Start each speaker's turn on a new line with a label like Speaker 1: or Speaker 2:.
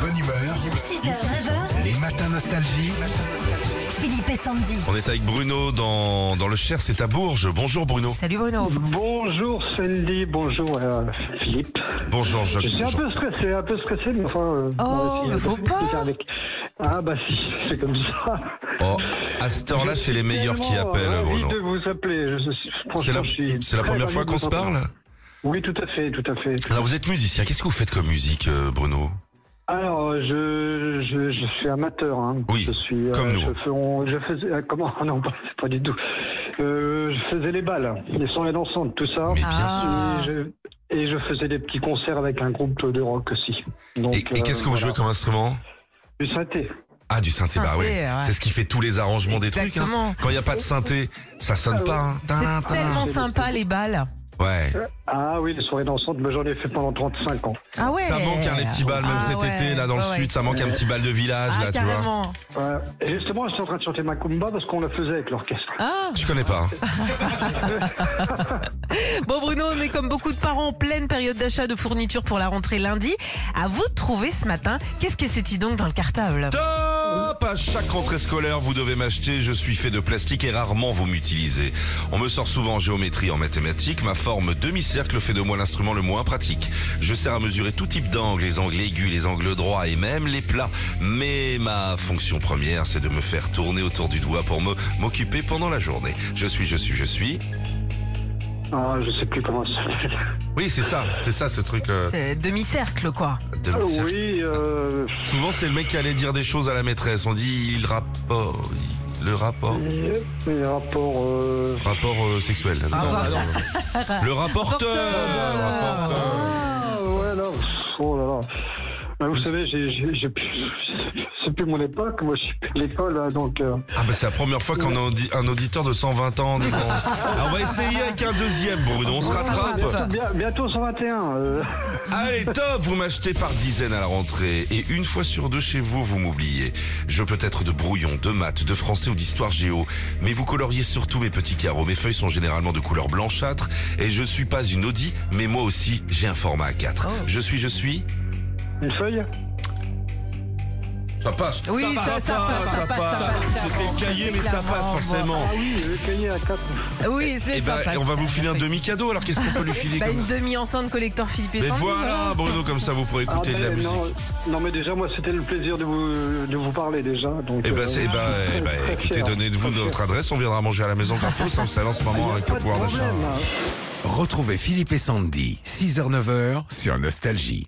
Speaker 1: bonne humeur.
Speaker 2: 6h, 9h,
Speaker 1: Les matins nostalgie.
Speaker 2: Philippe et Sandy.
Speaker 3: On est avec Bruno dans, dans le Cher, c'est à Bourges. Bonjour Bruno.
Speaker 4: Salut Bruno.
Speaker 5: Bonjour Sandy, bonjour euh, Philippe.
Speaker 3: Bonjour Jacques.
Speaker 5: Je suis un
Speaker 3: Bonjour.
Speaker 5: peu stressé, un peu stressé, mais enfin. euh,
Speaker 4: Oh,
Speaker 5: bon,
Speaker 4: mais
Speaker 5: euh,
Speaker 4: faut
Speaker 5: c'est compliqué
Speaker 4: pas.
Speaker 5: avec- Ah bah si, c'est comme ça. euh,
Speaker 3: Oh, à cette heure-là, c'est les meilleurs qui appellent
Speaker 5: Ravi
Speaker 3: Bruno.
Speaker 5: de vous appeler. Je suis- franchement,
Speaker 3: C'est la,
Speaker 5: je suis
Speaker 3: c'est la
Speaker 5: très
Speaker 3: première
Speaker 5: ravi
Speaker 3: fois
Speaker 5: de
Speaker 3: qu'on
Speaker 5: vous
Speaker 3: se
Speaker 5: entendre.
Speaker 3: parle
Speaker 5: Oui, tout à fait, tout à fait.
Speaker 3: Alors vous êtes musicien, qu'est-ce que vous faites comme musique euh, Bruno
Speaker 5: Alors, euh, je, je, je suis amateur. Hein.
Speaker 3: Oui,
Speaker 5: je suis,
Speaker 3: comme nous.
Speaker 5: Je, fais- je faisais, ah, comment Non, pas, pas du tout. Euh, je faisais les balles, les sons et dansantes, tout ça.
Speaker 3: Mais bien
Speaker 4: Ah.
Speaker 3: sûr.
Speaker 5: Et, je, et je faisais des petits concerts avec un groupe de rock aussi. Donc, euh,
Speaker 3: Et, et qu'est-ce que vous jouez comme instrument
Speaker 5: comme Du synthé.
Speaker 3: Ah, du synthé, bah
Speaker 4: Synthé,
Speaker 3: oui.
Speaker 4: ouais.
Speaker 3: C'est ce qui fait tous les arrangements des trucs. hein.
Speaker 4: Exactement.
Speaker 3: Quand il n'y a pas de synthé, ça sonne pas. hein. Tin,
Speaker 4: C'est
Speaker 3: tin.
Speaker 4: tellement sympa les balles.
Speaker 3: Ouais.
Speaker 5: Ah oui, les soirées dansantes, mais j'en ai fait pendant 35 ans.
Speaker 4: Ah ouais.
Speaker 3: Ça manque hein, les petits balles, même
Speaker 4: Ah
Speaker 3: cet
Speaker 4: ouais,
Speaker 3: été, là dans le
Speaker 4: ouais,
Speaker 3: sud,
Speaker 4: ouais.
Speaker 3: ça manque un petit bal de village,
Speaker 4: Ah
Speaker 3: là, tu vois.
Speaker 4: carrément.
Speaker 5: Ouais. Et justement, je suis en train de chanter ma kumba parce qu'on la faisait avec l'orchestre.
Speaker 4: Ah.
Speaker 3: Je connais pas. hein.
Speaker 4: Bon Bruno, on est comme beaucoup de parents en pleine période d'achat de fournitures pour la rentrée lundi. À vous de trouver ce matin. Qu'est-ce que c'est donc dans le cartable
Speaker 3: Top À chaque rentrée scolaire, vous devez m'acheter. Je suis fait de plastique et rarement vous m'utilisez. On me sort souvent en géométrie, en mathématiques. Ma forme demi-cercle fait de moi l'instrument le moins pratique. Je sers à mesurer tout type d'angle, les angles aigus, les angles droits et même les plats. Mais ma fonction première, c'est de me faire tourner autour du doigt pour me m'occuper pendant la journée. Je suis, je suis, je suis.
Speaker 5: Ah, je sais plus comment ça s'appelle.
Speaker 3: Oui, c'est ça, c'est ça ce truc. euh,
Speaker 4: C'est demi-cercle quoi.
Speaker 5: Ah
Speaker 3: demi-cercle.
Speaker 5: Oui, euh,
Speaker 3: Souvent, c'est le mec qui allait dire des choses à la maîtresse. On dit il rapport, le rapport.
Speaker 5: les rapports. Euh...
Speaker 3: Rapport euh, sexuel. Non, non. Le rapporteur. le Bah, rapporteur.
Speaker 5: Ah, ouais, là, pff, oh là là. Ah, vous savez, j'ai, j'ai, j'ai plus- c'est plus mon époque. Moi, je suis plus de l'école, là, donc. euh,
Speaker 3: Ah bah c'est la première fois qu'on a audi- un auditeur de 120 ans. dis donc. Alors, on va essayer avec un deuxième, Bruno. On se rattrape.
Speaker 5: bien- bientôt 121. euh.
Speaker 3: Allez, top, vous m'achetez par dizaines à la rentrée. Et une fois sur deux chez vous, vous m'oubliez. Je peux être de brouillon, de maths, de français ou d'histoire géo. Mais vous coloriez surtout mes petits carreaux. Mes feuilles sont généralement de couleur blanchâtre. Et je suis pas une Audi, mais moi aussi, j'ai un format A4.
Speaker 4: Oh.
Speaker 3: Je suis, je suis...
Speaker 5: Une feuille
Speaker 3: Ça passe.
Speaker 4: Oui, ça, ça passe, ça passe, ça passe, clairement.
Speaker 3: C'était cahier, mais ça
Speaker 4: Clairement,
Speaker 3: passe
Speaker 4: moi.
Speaker 3: forcément.
Speaker 5: Ah oui, le cahier à 4.
Speaker 4: Oui, c'est
Speaker 3: Et ben,
Speaker 4: sympa.
Speaker 3: on va
Speaker 4: ça.
Speaker 3: vous filer un demi-cadeau. Alors qu'est-ce qu'on peut lui filer
Speaker 4: Bah,
Speaker 3: comme
Speaker 4: une demi-enceinte collector Philippe et
Speaker 3: Mais
Speaker 4: Sandy,
Speaker 3: voilà, Bruno, comme ça vous pourrez
Speaker 4: Ah,
Speaker 3: écouter
Speaker 4: ben,
Speaker 3: de la musique.
Speaker 5: non, Ah, non, mais déjà, moi, c'était le plaisir de vous, de vous parler déjà. Donc,
Speaker 3: Eh ben,
Speaker 5: euh,
Speaker 3: c'est- eh ben, eh ben,
Speaker 5: Très
Speaker 3: écoutez,
Speaker 5: cher.
Speaker 3: donnez-vous notre adresse, on viendra manger à la maison gratos, hein, vous savez, en ce moment, avec le
Speaker 5: Pas de
Speaker 3: pouvoir d'achat.
Speaker 5: problème.
Speaker 1: Retrouvez Philippe et Sandy, 6h-9h sur Nostalgie.